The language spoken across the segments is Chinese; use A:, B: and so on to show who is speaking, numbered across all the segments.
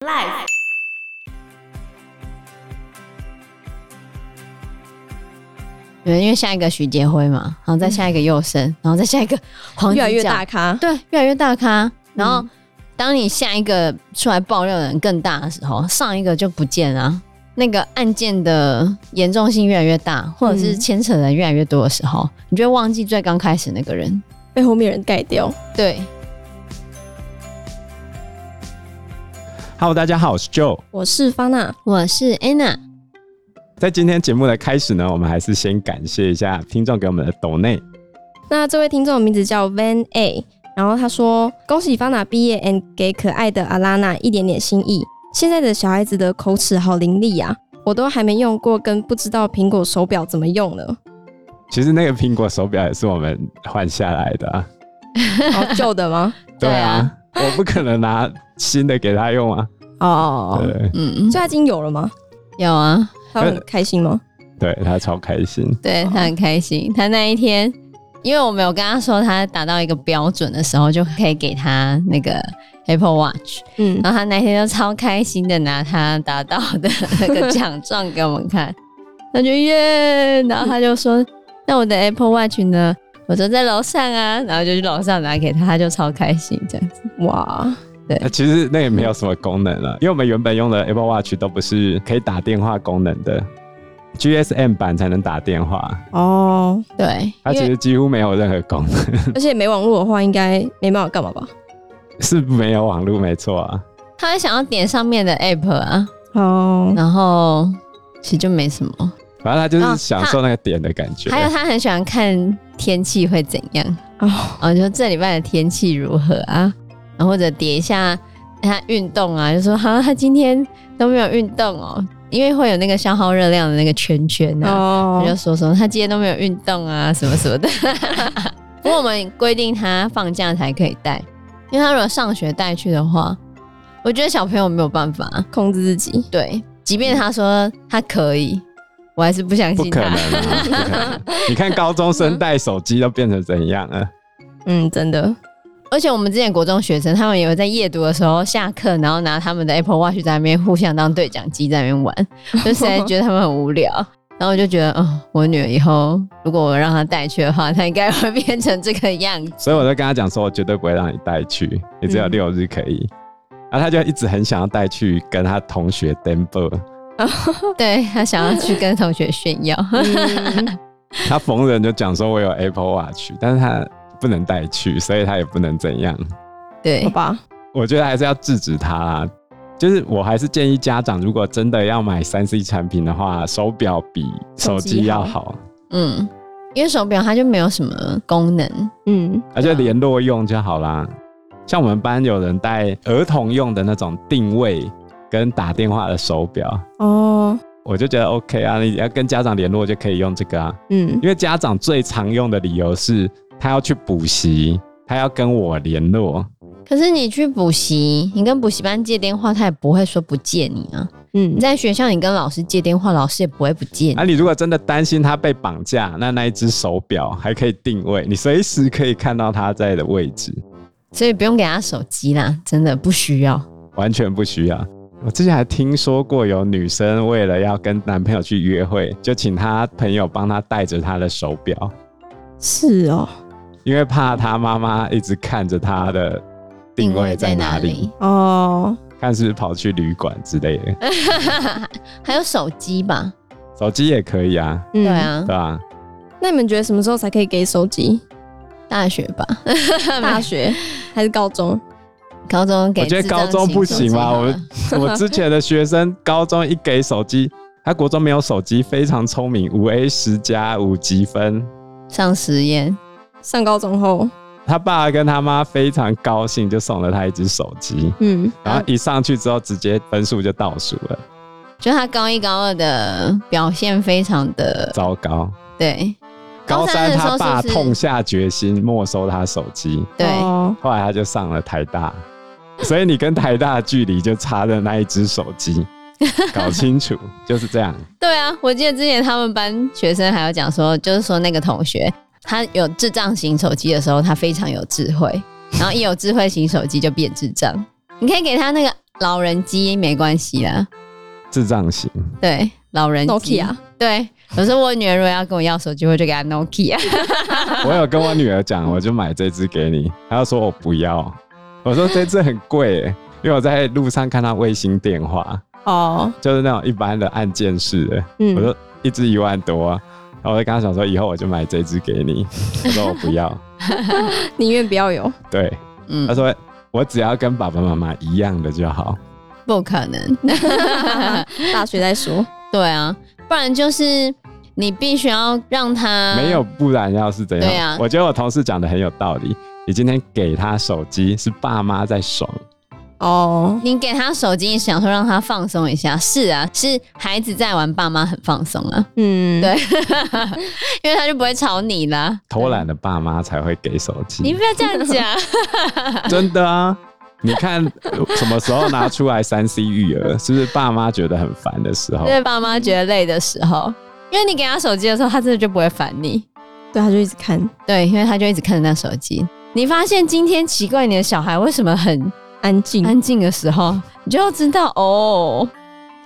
A: Life。
B: 对，因为下一个许杰辉嘛，然后再下一个佑生，然后再下一个黄
A: 嗯越来越
B: 子佼
A: 大，
B: 哦
A: 咖，嗯
B: 对，越来越大咖。然后，当你下一个出来爆料的人更大的时候，上一个就不见了啊。那个案件的严重性越来越大，或者是
A: 嗯
B: 牵扯的人越来越多的时候，你就会忘记最刚开始那个人。
A: 被后面人盖掉。
B: 对，
C: Hello，大家好，我是 Joe。
A: 我是方娜，
B: 我是 Anna，
C: 在今天节目的开始呢，我们还是先感谢一下听众给我们的抖内。
A: 那这位听众的名字叫 Van A，然后他说：“恭喜方娜毕业，and 给可爱的阿拉娜一点点心意。现在的小孩子的口齿好伶俐啊，我都还没用过，跟不知道苹果手表怎么用呢。
C: 其实那个苹果手表也是我们换下来的、啊，
A: 好旧的吗？
B: 对啊
C: 我不可能拿新的给他 用啊。
A: 哦，
C: 对，
B: 嗯，
A: 所以他已经有了吗？
B: 有啊，
A: 他很开心吗？
C: 对他超开心。
B: 对他很开心。他那一天，因为我们有跟他说，他达到一个标准的时候，就可以给他那个 Apple Watch。
A: 嗯，
B: 然后他那天就超开心的拿他达到的那个奖状给我们看， 他就耶，然后他就说：“那我的 Apple Watch 呢？”我说在楼上啊， 然后就去楼上拿给他，他就超开心这样子。
A: 嗯哇，
C: 那其实那也没有什么功能了、因为我们原本用的 Apple Watch 都不是可以打电话功能的，GSM 版才能打电话，
A: 哦，
B: 对，
C: 它
B: 因
C: 其
B: 为
C: 实几乎没有任何功能，
A: 而且没网络的话，应该没办法干嘛吧？
C: 是没有网络没错啊。
B: 他会想要点上面的 App 啊，
A: 哦，
B: 然后其实就没什么。
C: 反正他就
B: 哦
C: 是享受那个点的感觉。
B: 还有他很喜欢看天气会怎样，
A: 哦，
B: 啊，就这礼拜的天气如何啊，然后或者点一下他运动啊，就说好、啊，他今天都没有运动哦，因为会有那个消耗热量的那个圈圈啊，
A: 哦
B: 他就说说他今天都没有运动啊，什么什么的。不过我们规定他放假才可以带，因为他如果上学带去的话，我觉得小朋友没有办法。
A: 控制自己。
B: 对，即便他说他可以，我还是不相
C: 不
B: 信
C: 可能
B: 他。
C: 啊！不可能你看高中生带手机都变成怎样啊了？
A: 嗯，真的，
B: 而且我们之前国中学生，他们也有在夜读的时候下课，然后拿他们的 Apple Watch 在那边互相当对讲机在那边玩，就实在觉得他们很无聊。然后我就觉得，哦，我女儿以后如果我让她带去的话，她应该会变成这个样子。
C: 所以我就跟他讲说，我绝对不会让你带去，你只有
A: 嗯
C: 六日可以。然后他就一直很想要带去跟他同学 d e m b e r
B: 对她想要去跟同学炫耀，
A: 嗯、
C: 他逢人就讲说我有 Apple Watch，但是他不能带去，所以他也不能怎样。
A: 好
B: 对
A: 吧，
C: 我觉得还是要制止他啦。就是我还是建议家长，如果真的要买三 C 产品的话，手表比手
A: 手
C: 机
A: 机
C: 要
A: 好
C: 好，
B: 嗯，因为手表它就没有什么功能，
A: 嗯，
C: 而且联络用啊就好啦。像我们班有人戴儿童用的那种定位跟打电话的手表，
A: 哦，
C: 我就觉得 OK 啊，你要跟家长联络就可以用这个啊。
A: 嗯，
C: 因为家长最常用的理由是他要去补习，他要跟我联络，
B: 可是你去补习，你跟补习班借电话，他也不会说不借你啊。
A: 嗯
B: 你，在学校，你跟老师借电话，老师也不会不借你
C: 啊，。你如果真的担心他被绑架，那那一只手表还可以定位，你随时可以看到他在的位置，
B: 所以不用给他手机啦，真的不需要。
C: 完全不需要。我之前还听说过有女生为了要跟男朋友去约会，就请她朋友帮她戴着她的手表，
A: 是哦，
C: 因为怕她妈妈一直看着她的定
B: 嗯
C: 位在哪里，
A: 哦，
C: 看是不是跑去旅馆之类的。
B: 还有手机吧？
C: 手机也可以啊，
A: 嗯
B: 对。啊
C: 对，吧、
A: 那你们觉得什么时候才可以给手机？
B: 大学吧，
A: 大学还是高中？
B: 高中给
C: 我觉得
B: 智障
C: 啊高中不
B: 型手机
C: 行吧
B: 好了
C: 我我之前的学生高中一给手机，他国中没有手机，非常聪明，五 A 十加五积分。
B: 上实验，
A: 上高中后，
C: 他爸跟他妈非常高兴，就送了他一只手机。
A: 嗯，
C: 然后一上去之后，直接分数就倒数了，
B: 就他高一高二的表现非常的
C: 糟糕！
B: 对
C: 高
B: 三
C: 三
B: 的时候
C: 他爸
B: 是不是
C: 痛下决心没收他手机，
B: 对，
A: 哦
C: 后来他就上了台大，所以你跟台大的距离就差的那一只手 机，搞清楚就是这样。
B: 对啊！我记得之前他们班学生还有讲说，就是说那个同学他有智障型手机 的时候，他非常有智慧，然后一有智慧型手机就变智障。你可以给他那个老人机没关系啦，
C: 智障型，
B: 对，老人机
A: Nokia
B: 对，可是我女儿如果要跟我要手机，我就给她 Nokia。
C: 我有跟我女儿讲，我就买这只给你，她就说我不要，我说这只很贵、欸，因为我在路上看到卫星电话，
A: 哦，
C: 就是那种一般的按键式的，我
A: 嗯，
C: 说一只一万多，啊然后我就跟她讲说以后我就买这只 给你，她说我不要，
A: 宁愿不要有，
C: 对，她
B: 嗯，
C: 说我只要跟爸爸妈妈一样的就好，
B: 不可能。
A: 大学再说。
B: 对啊，不然就是你必须要让她
C: 没有不然要是怎样？
B: 嗯对啊
C: 我觉得我同事讲的很有道理，你今天给他手机是爸妈在爽，
A: 哦，
B: 你给他手机，想说让他放松一下。是啊，是孩子在玩，爸妈很放松啊，
A: 嗯，
B: 对 因为他就不会吵你啦。
C: 偷懒的爸妈才会给手机。
B: 你不要这样讲，
C: 真的啊！你看 呃什么时候拿出来三 C 育儿，是不是爸妈觉得很烦的时候
B: 就？是爸妈觉得累的时候，因为你给他手机的时候，他真的就不会烦你。
A: 对，他就一直看
B: 对，因为他就一直看着那手机。你发现今天奇怪，你的小孩为什么很
A: 安静，
B: 安静的时候，你就要知道哦，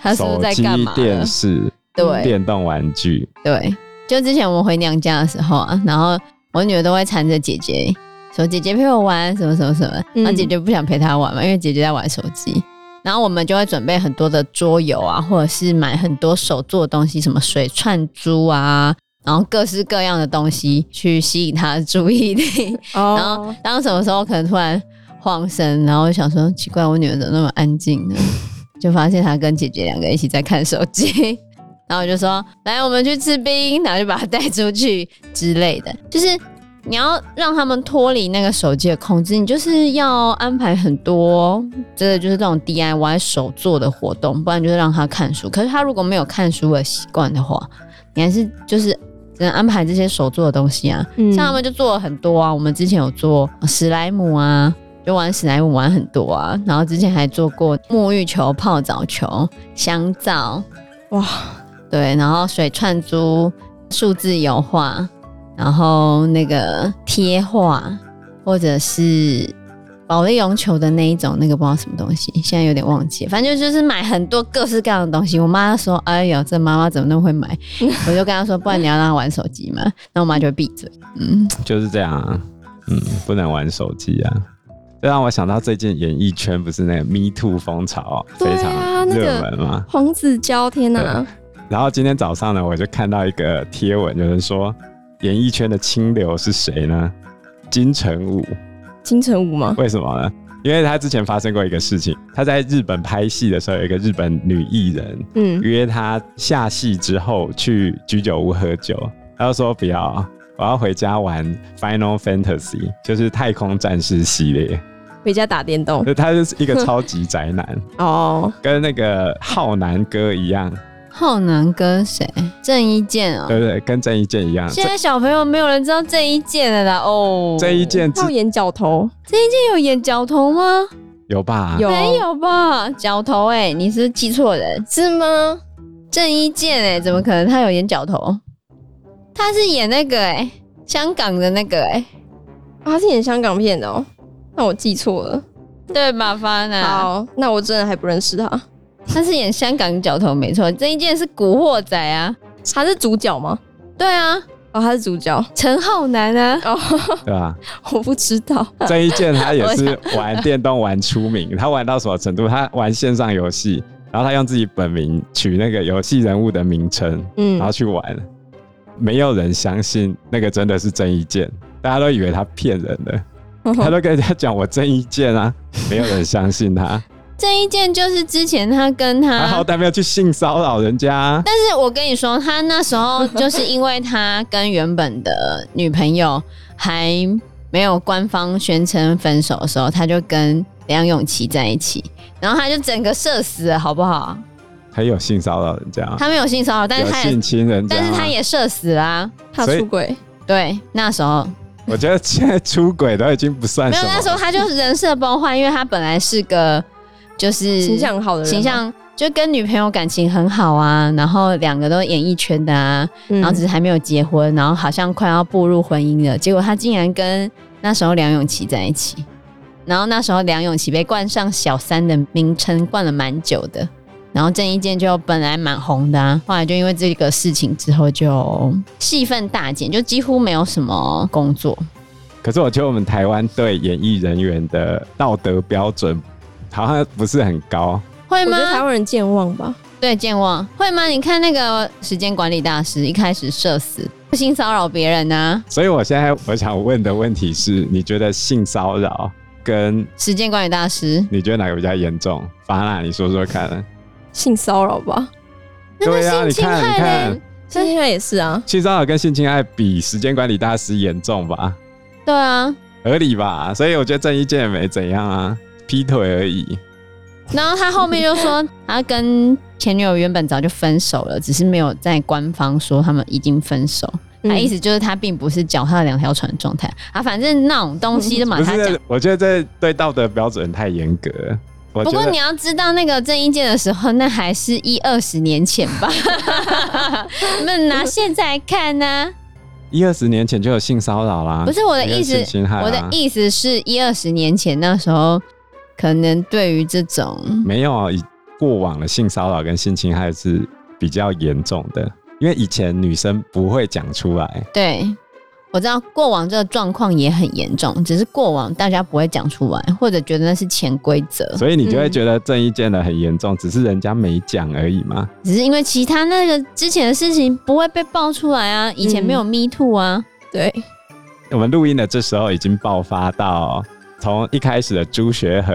B: 他是不
C: 手
B: 是在
C: 机
B: 干嘛、了
C: 电视、
B: 对，
C: 电动玩具，
B: 对，就之前我回娘家的时候啊，然后我女儿都会缠着姐姐说：“姐姐陪我玩什么什么什么。”
A: 嗯
B: 然后姐姐不想陪她玩嘛，因为姐姐在玩手机。然后我们就会准备很多的桌游啊，或者是买很多手做的东西，什么水串珠啊，然后各式各样的东西去吸引她的注意力。
A: 哦
B: 然后当什么时候可能突然晃神，然后我想说奇怪，我女儿怎么那么安静呢？ 就发现她跟姐姐两个一起在看手机， 然后我就说来，我们去吃冰，然后就把她带出去之类的，就是。你要让他们脱离那个手机的控制，你就是要安排很多，真的就是这种 DIY 手做的活动，不然就是让他看书。可是他如果没有看书的习惯的话，你还是就是只能安排这些手做的东西啊。
A: 嗯
B: 像他们就做了很多啊，我们之前有做史莱姆啊，就玩史莱姆玩很多啊，然后之前还做过沐浴球、泡澡球、香皂，
A: 哇，
B: 对，然后水串珠、数字油画，然后那个贴画，或者是。保利绒球的那一种，那个不知道什么东西，现在有点忘记了。反正就是买很多各式各样的东西。我妈说：“哎呦，这妈妈怎么那么会买？”我就跟她说：“不然你要让她玩手机嘛。”那我妈就会闭嘴。嗯，
C: 就是这样啊。嗯，不能玩手机啊。这让我想到最近演艺圈不是那个 Me Too 风潮、
A: 对啊
C: 非常
A: 那个
C: 热门嘛。
A: 黄子佼，天哪，
C: 然后今天早上呢，我就看到一个贴文，有人说演艺圈的清流是谁呢？金城武。
A: 金城武吗？
C: 为什么呢？因为他之前发生过一个事情，他在日本拍戏的时候，有一个日本女艺人
A: 嗯，
C: 约他下戏之后去居酒屋喝酒，他就说不要，我要回家玩 Final Fantasy，就是太空战士系列。
A: 回家打电动
C: 就他就是一个超级宅男，
A: 哦，
C: 跟那个浩南哥一样，
B: 浩南跟谁？郑伊健哦。
C: 对啊不对？跟郑伊健一样。
B: 现
C: 郑
B: 在小朋友没有人知道郑伊健了啦哦。
C: 郑伊健只
A: 要演角头，
B: 他有演角头吗？
C: 有啊吧？
A: 有
B: 没有吧？角头哎、你是不是记错人。
A: 是吗？
B: 郑伊健哎、怎么可能他有演角头？他是演那个哎、香港的那个哎、
A: 啊他是演香港片的哦，那我记错了。
B: 对吧？发娜，
A: 好，那我真的还不认识他，
B: 他是演香港角头没错。郑伊健是古惑仔啊，
A: 他是主角吗？
B: 对啊，
A: 哦，他是主角
B: 陈浩南啊，
A: 哦，
C: 对吧？
A: 我不知道。
C: 郑伊健他也是玩电动玩 出名，他玩到什么程度？他玩线上游戏，然后他用自己本名取那个游戏人物的名称，
A: 嗯
C: 然后去玩，没有人相信那个真的是郑伊健，大家都以为他骗人的，
B: 哦
C: 他都跟人家讲我郑伊健啊，没有人相信
B: 啊
C: 他，
B: 郑伊健就是之前他跟
C: 他好歹没有去性骚扰人家啊，
B: 但是我跟你说，他那时候就是因为他跟原本的女朋友还没有官方宣称分手的时候，他就跟梁咏琪在一起，然后他就整个社死了，好不好？
C: 还有性骚扰人家啊，
B: 他没有性骚扰，但
C: 有
B: 是他也
C: 性，侵人家啊，
B: 但是他也社死啦、
A: 他
C: 所以
A: 出轨，
B: 对，那时候
C: 我觉得现在出轨都已经不算
B: 没
C: 什
B: 有，
C: 么
B: 那时候
C: 了，
B: 他就是人设崩坏，因为他本来是个就是
A: 形象很好的人吗，啊
B: 形象，就跟女朋友感情很好啊，然后两个都演艺圈的啊，
A: 嗯，
B: 然后只是还没有结婚，然后好像快要步入婚姻了，结果他竟然跟那时候梁咏琪在一起，然后那时候梁咏琪被冠上小三的名称，冠了蛮久的。然后郑伊健就本来蛮红的啊，后来就因为这个事情之后就戏份大减，就几乎没有什么工作。
C: 可是我觉得我们台湾对演艺人员的道德标准好像不是很高。
B: 会
A: 我觉得台
B: 吗？
A: 湾人健忘吧，
B: 对，健忘会吗？你看那个时间管理大师一开始社死，性骚扰别人啊，
C: 所以我现在我想问的问题是，你觉得性骚扰跟
B: 时间管理大师
C: 你觉得哪个比较严重？法拉，你说说看。
A: 性骚扰吧，
B: 那
C: 对啊，
B: 性
C: 你
B: 侵
C: 看，你
B: 害
C: 看
B: 嘞，，
A: 现在也是啊，
C: 性骚扰跟性侵害比时间管理大师严重吧？
B: 对啊。
C: 合理吧？所以我觉得郑伊健也没怎样啊，劈腿而已。
B: 然后他后面就说，他跟前女友原本早就分手了，只是没有在官方说他们已经分手。他意
A: 思
B: 思就是他并不是脚踏两条船的状态啊，反正那种东西就把
C: 不
B: 他讲
C: 是。，我觉得这对道德标准太严格了。我
B: 不
C: 觉
B: 过
C: 得
B: 你要知道，那个郑伊健的时候，那还是一二十年前吧。那拿现在来看呢、
C: 一二十年前就有性骚扰啦，
B: 不是我的意
C: 也有性
B: 思，
C: 侵害啊
B: 我的意思是一二十年前那时候，可能对于这种
C: 没有啊以过往的性骚扰跟性侵害是比较严重的，因为以前女生不会讲出来，
B: 对。我知道过往这个状况也很严重，只是过往大家不会讲出来，或者觉得那是潜规则，
C: 所以你就会觉得郑伊健的很严重，只是人家没讲而已嘛。
B: 只是因为其他那个之前的事情不会被爆出来
C: 嗯
B: 啊，以前没有 Me Too 啊，
A: 对，
C: 我们录音的这时候已经爆发到从一开始的朱学恒，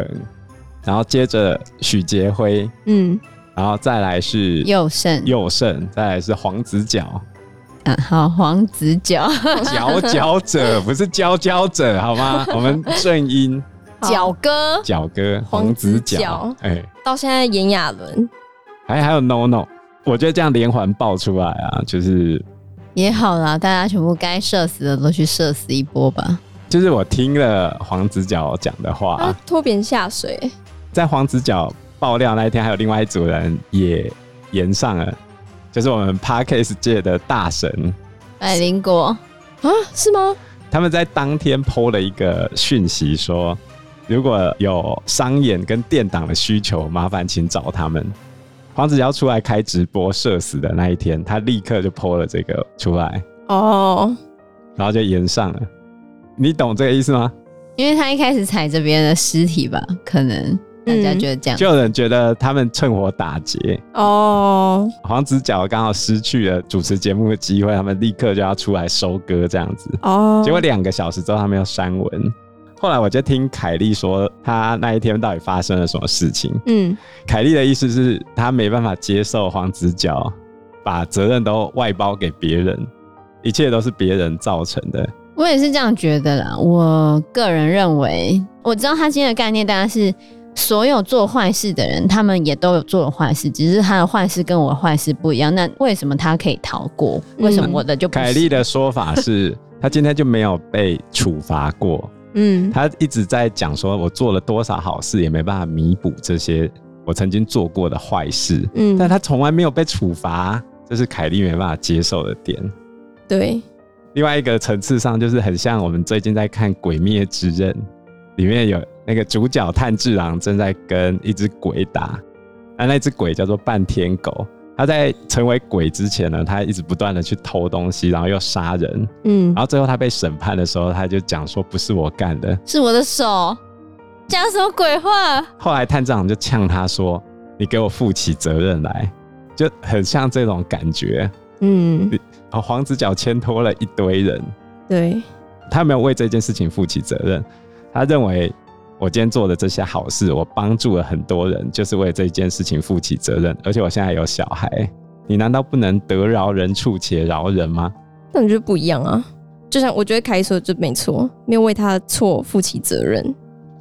C: 然后接着许杰辉，
A: 嗯，
C: 然后再来是
B: 佑胜，
C: 佑胜，再来是黄子 佼，
B: 嗯，好，黄子佼，
C: 佼佼者不是佼佼者好 吗？我们正音
A: 好
B: 佼哥，
C: 佼哥
A: 黄
C: 黄
A: 子
C: 子
A: 佼
C: 佼，哎、
A: 到现在炎亚纶，
C: 还还有 No No，我觉得这样连环爆出来啊，就是
B: 也好啦，大家全部该社死的都去社死一波吧。
C: 就是我听了黄子佼讲的话，啊
A: 他拖别人下水，
C: 在黄子佼爆料那一天，还有另外一组人也延上了，就是我们 Parkes 界的大神，
B: 百灵果，
A: 啊，是吗？
C: 他们在当天 PO 了一个讯息说。如果有商演跟店档的需求，麻烦请找他们。黄子佼出来开直播社死的那一天，他立刻就 PO 了这个出来，
A: 哦，
C: 然后就延上了。你懂这个意思吗？
B: 因为他一开始踩着别人的尸体吧，可能大家觉得这样，
C: 就有人觉得他们趁火打劫，
A: 哦，
C: 黄子佼刚好失去了主持节目的机会，他们立刻就要出来收割这样子。
A: 哦，
C: 结果两个小时之后，他们又删文。后来我就听凯莉说，她那一天到底发生了什么事情。
A: 嗯，
C: 凯莉的意思是，她没办法接受黄子佼把责任都外包给别人，一切都是别人造成的。
B: 我也是这样觉得啦。我个人认为，我知道他今天的概念，当然是所有做坏事的人，他们也都有做了坏事，只是他的坏事跟我的坏事不一样。那为什么他可以逃过？为什么我的就不行
C: 凯莉的说法是，她今天就没有被处罚过，
A: 嗯，
C: 他一直在讲说，我做了多少好事，也没办法弥补这些我曾经做过的坏事，
A: 嗯，
C: 但他从来没有被处罚，这是凯莉没办法接受的点。
A: 对，
C: 另外一个层次上，就是很像我们最近在看《鬼灭之刃》，里面有那个主角炭治郎正在跟一只鬼打，那那只鬼叫做半天狗。他在成为鬼之前呢，他一直不断的去偷东西，然后又杀人，
A: 嗯
C: 然，后最后他被审判的时候，他就讲说不是我干的，
B: 是我的手，讲什么鬼话？
C: 后来探长就呛他说：“你给我负起责任来。”就很像这种感觉。
A: 嗯，
C: 然后哦黄子佼牵拖了一堆人，
A: 对，
C: 他没有为这件事情负起责任。他认为我今天做的这些好事，我帮助了很多人，就是为这件事情负起责任。而且我现在有小孩，你难道不能得饶人处且饶人吗？
A: 那你就不一样啊。就像我觉得凯说的就没错，没有为他的错负起责任。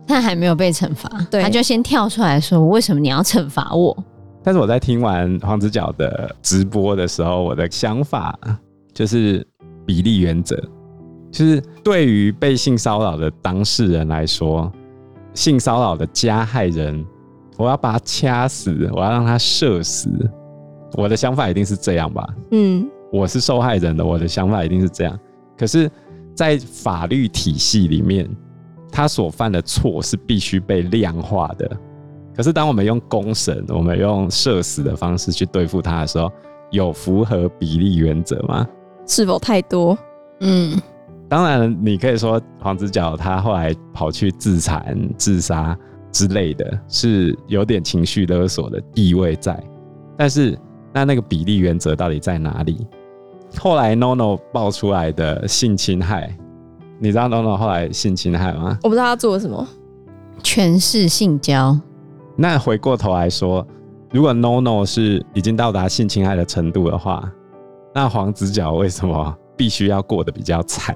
B: 他还没有被惩罚，
A: 对
B: 嗯他就先跳出来说：“为什么你要惩罚我
C: 但是我在听完黄子佼的直播的时候，我的想法就是比例原则，就是对于被性骚扰的当事人来说，性骚扰的加害人，我要把他掐死，我要让他射死。我的想法一定是这样吧？
A: 嗯，
C: 我是受害人的，我的想法一定是这样。可是，在法律体系里面，他所犯的错是必须被量化的。可是当我们用公审，我们用社死的方式去对付他的时候，有符合比例原则吗？
A: 是否太多？
B: 嗯，
C: 当然，你可以说黄子佼他后来跑去自残、自杀之类的，是有点情绪勒索的意味在。但是，那那个比例原则到底在哪里？后来 NONO 爆出来的性侵害，你知道 NONO 后来性侵害吗？
A: 我不知道他做了什么。
B: 全是性交，
C: 那回过头来说，如果 NONO 是已经到达性侵害的程度的话，那黄子佼为什么必须要过得比较惨？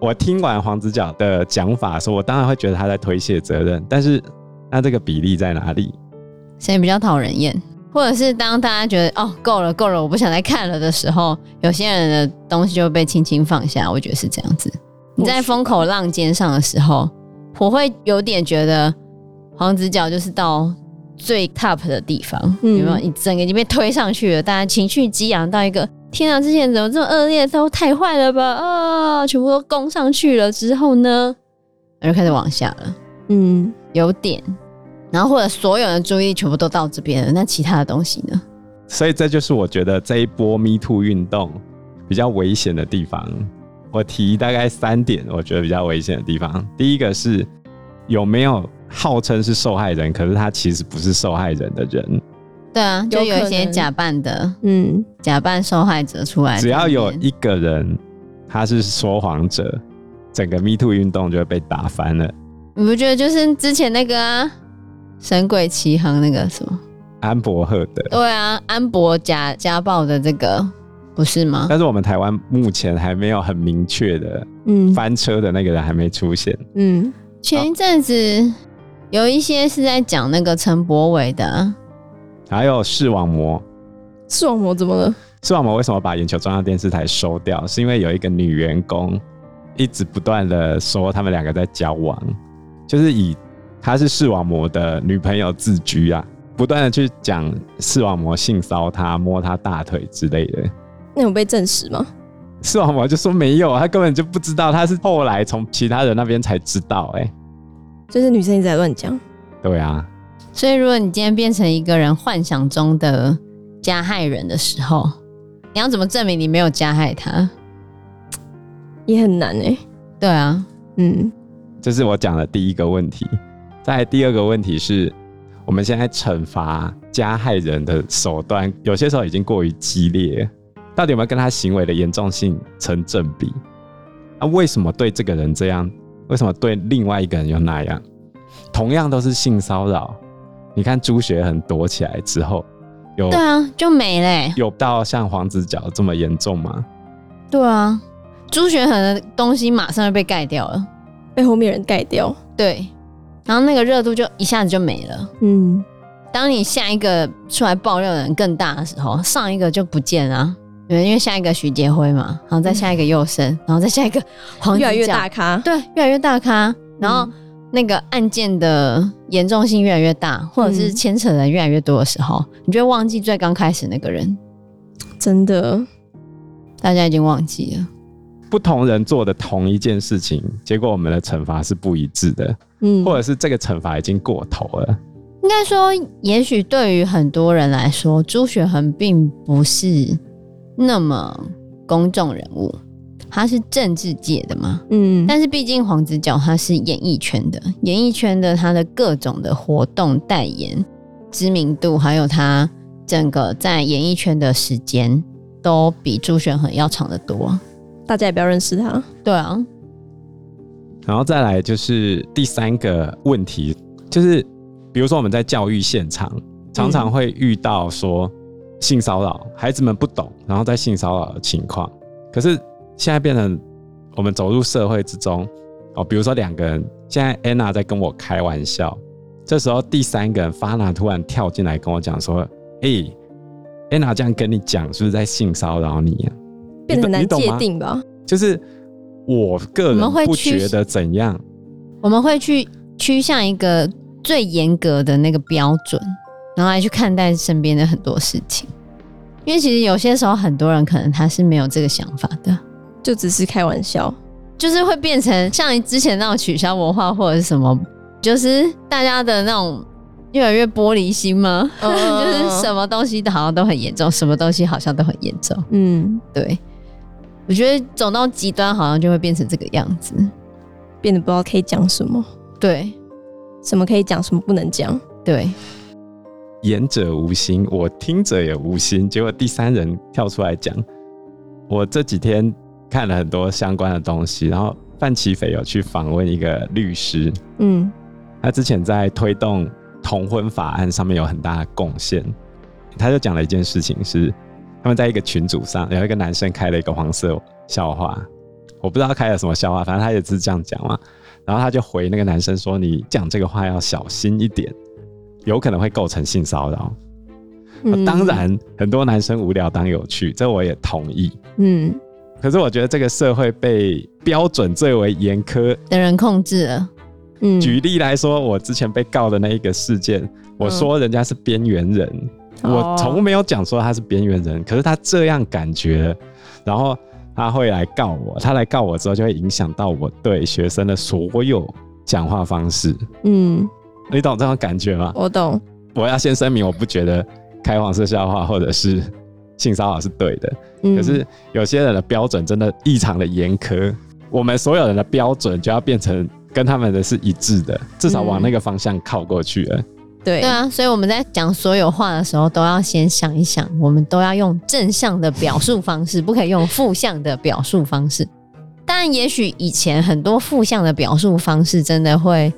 C: 我听完黄子佼的讲法的时候，我当然会觉得他在推卸责任，但是那这个比例在哪里？
B: 谁比较讨人厌？或者是当大家觉得哦够了够了，我不想再看了的时候，有些人的东西就会被轻轻放下。我觉得是这样子。你在风口浪尖上的时候，我会有点觉得黄子佼就是到最 top 的地方，
A: 嗯
B: 有没有？你整个已经被推上去了，大家情绪激昂到一个天啊，这些人怎么这么恶劣，都太坏了吧啊！全部都攻上去了之后呢，然后就开始往下了。
A: 嗯，
B: 有点，然后或者所有人的注意力全部都到这边了，那其他的东西呢？
C: 所以这就是我觉得这一波 Me Too 运动比较危险的地方。我提大概三点，我觉得比较危险的地方。第一个是有没有号称是受害人，可是他其实不是受害人的人。
B: 对啊，就有一
A: 有可
B: 些
A: 能
B: 假扮的，
A: 嗯，
B: 假扮受害者出来，
C: 只要有一个人他是说谎者，整个 Me Too 运动就会被打翻了。
B: 你不觉得就是之前那个啊，《神鬼奇航》那个什么？
C: 安博赫德，
B: 对啊，安博假家暴的这个不是吗？
C: 但是我们台湾目前还没有很明确的
A: 嗯
C: 翻车的那个人还没出现。
A: 嗯，
B: 前一阵子有一些是在讲那个陈柏伟的啊、
C: 还有视网膜，
A: 视网膜怎么了？
C: 视网膜为什么把眼球中央电视台收掉？是因为有一个女员工一直不断的说他们两个在交往，就是以她是视网膜的女朋友自居啊，不断的去讲视网膜性骚她、摸她大腿之类的。
A: 那有被证实吗？
C: 视网膜就说没有，他根本就不知道，他是后来从其他人那边才知道、哎，
A: 就是女生一直在乱讲。
C: 对啊，
B: 所以，如果你今天变成一个人幻想中的加害人的时候，你要怎么证明你没有加害他？
A: 也很难哎、
B: 对啊，
A: 嗯
C: 这是我讲的第一个问题。再来第二个问题是，我们现在惩罚加害人的手段，有些时候已经过于激烈，到底有没有跟他行为的严重性成正比？那、为什么对这个人这样？为什么对另外一个人又那样？同样都是性骚扰，你看朱学恒躲起来之后，
A: 哦
C: 有
B: 对啊，就没嘞、
C: 有到像黄子佼这么严重吗？
B: 对啊，朱学恒的东西马上就被盖掉了，
A: 被后面人盖掉。
B: 对，然后那个热度就一下子就没了。
A: 嗯，
B: 当你下一个出来爆料的人更大的时候，上一个就不见了啊。对因为下一个徐杰辉嘛，然后再下一个佑生，然后再下一个黄子
A: 越来越
B: 佼
A: 大咖。嗯
B: 对，越来越大咖，然后那个案件的严重性越来越大，或者是
A: 嗯
B: 牵扯的人越来越多的时候，你就会忘记最刚开始那个人，
A: 真的，
B: 大家已经忘记了。
C: 不同人做的同一件事情，结果我们的惩罚是不一致的，
A: 嗯，
C: 或者是这个惩罚已经过头了。
B: 应该说，也许对于很多人来说，朱雪恒并不是那么公众人物，他是政治界的嘛。
A: 嗯，
B: 但是毕竟黄子佼他是演艺圈的，演艺圈的他的各种的活动代言、知名度，还有他整个在演艺圈的时间，都比朱璇恒要长得多。
A: 大家也不要认识他。
B: 对啊，
C: 然后再来就是第三个问题，就是比如说我们在教育现场，常常会遇到说性骚扰，孩子们不懂，然后在性骚扰的情况。可是现在变成我们走入社会之中，哦，比如说两个人，现在 Anna 在跟我开玩笑，这时候第三个人 Fana 突然跳进来跟我讲说：“诶、a n n a 这样跟你讲，是不是在性骚扰你呀、
A: 变得很难
C: 你懂
A: 界
C: 吗
A: 定吧？
C: 就是我个
B: 我们会
C: 人不
B: 趋
C: 觉得怎样，
B: 我们会去趋向一个最严格的那个标准，然后来去看待身边的很多事情。因为其实有些时候，很多人可能他是没有这个想法的，
A: 就只是开玩笑。
B: 就是会变成像之前那种取消文化或者是什么，就是大家的那种越来越玻璃心吗？
A: 嗯
B: 就是什么东西好像都很严重，什么东西好像都很严重。
A: 嗯，
B: 对，我觉得走到极端好像就会变成这个样子。
A: 变得不知道可以讲什么，
B: 对
A: 什么可以讲，什么不能讲。
B: 对，
C: 言者无心，我听者也无心。结果第三人跳出来讲，我这几天看了很多相关的东西，然后范奇斐有去访问一个律师，
A: 嗯
C: 他之前在推动同婚法案上面有很大的贡献。他就讲了一件事情是，他们在一个群组上，有一个男生开了一个黄色笑话，我不知道他开了什么笑话，反正他也是这样讲嘛。然后他就回那个男生说：“你讲这个话要小心一点，有可能会构成性骚扰。”
A: 嗯
C: 哦当，然，很多男生无聊当有趣，这我也同意。
A: 嗯
C: 可是我觉得这个社会被标准最为严苛。
B: 等人控制了。
A: 嗯，
C: 举例来说，我之前被告的那一个事件，我说人家是边缘人，我从没有讲说他是边缘人，可是他这样感觉，然后他会来告我，他来告我之后就会影响到我对学生的所有讲话方式，
A: 嗯，
C: 你懂这种感觉吗？
A: 我懂，
C: 我要先声明，我不觉得开黄色笑话或者是性骚扰是对的，
A: 嗯
C: 可是有些人的标准真的异常的严苛，我们所有人的标准就要变成跟他们的是一致的，至少往那个方向靠过去了。
A: 对
B: 对啊，所以我们在讲所有话的时候，都要先想一想，我们都要用正向的表述方式，不可以用负向的表述方式。但也许以前很多负向的表述方式真的会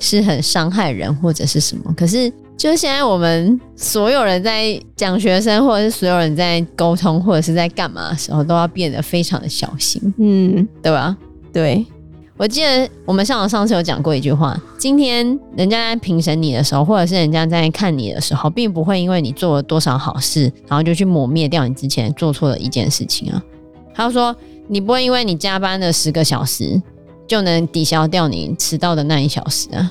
B: 是很伤害人或者是什么，可是就是现在我们所有人在讲学生，或者是所有人在沟通，或者是在干嘛的时候，都要变得非常的小心，
A: 嗯
B: 对吧？
A: 对，
B: 我记得我们上网上次有讲过一句话：今天人家在评审你的时候，或者是人家在看你的时候，并不会因为你做了多少好事，然后就去抹灭掉你之前做错的一件事情啊。还有说，你不会因为你加班了十个小时，就能抵消掉你迟到的那一小时啊。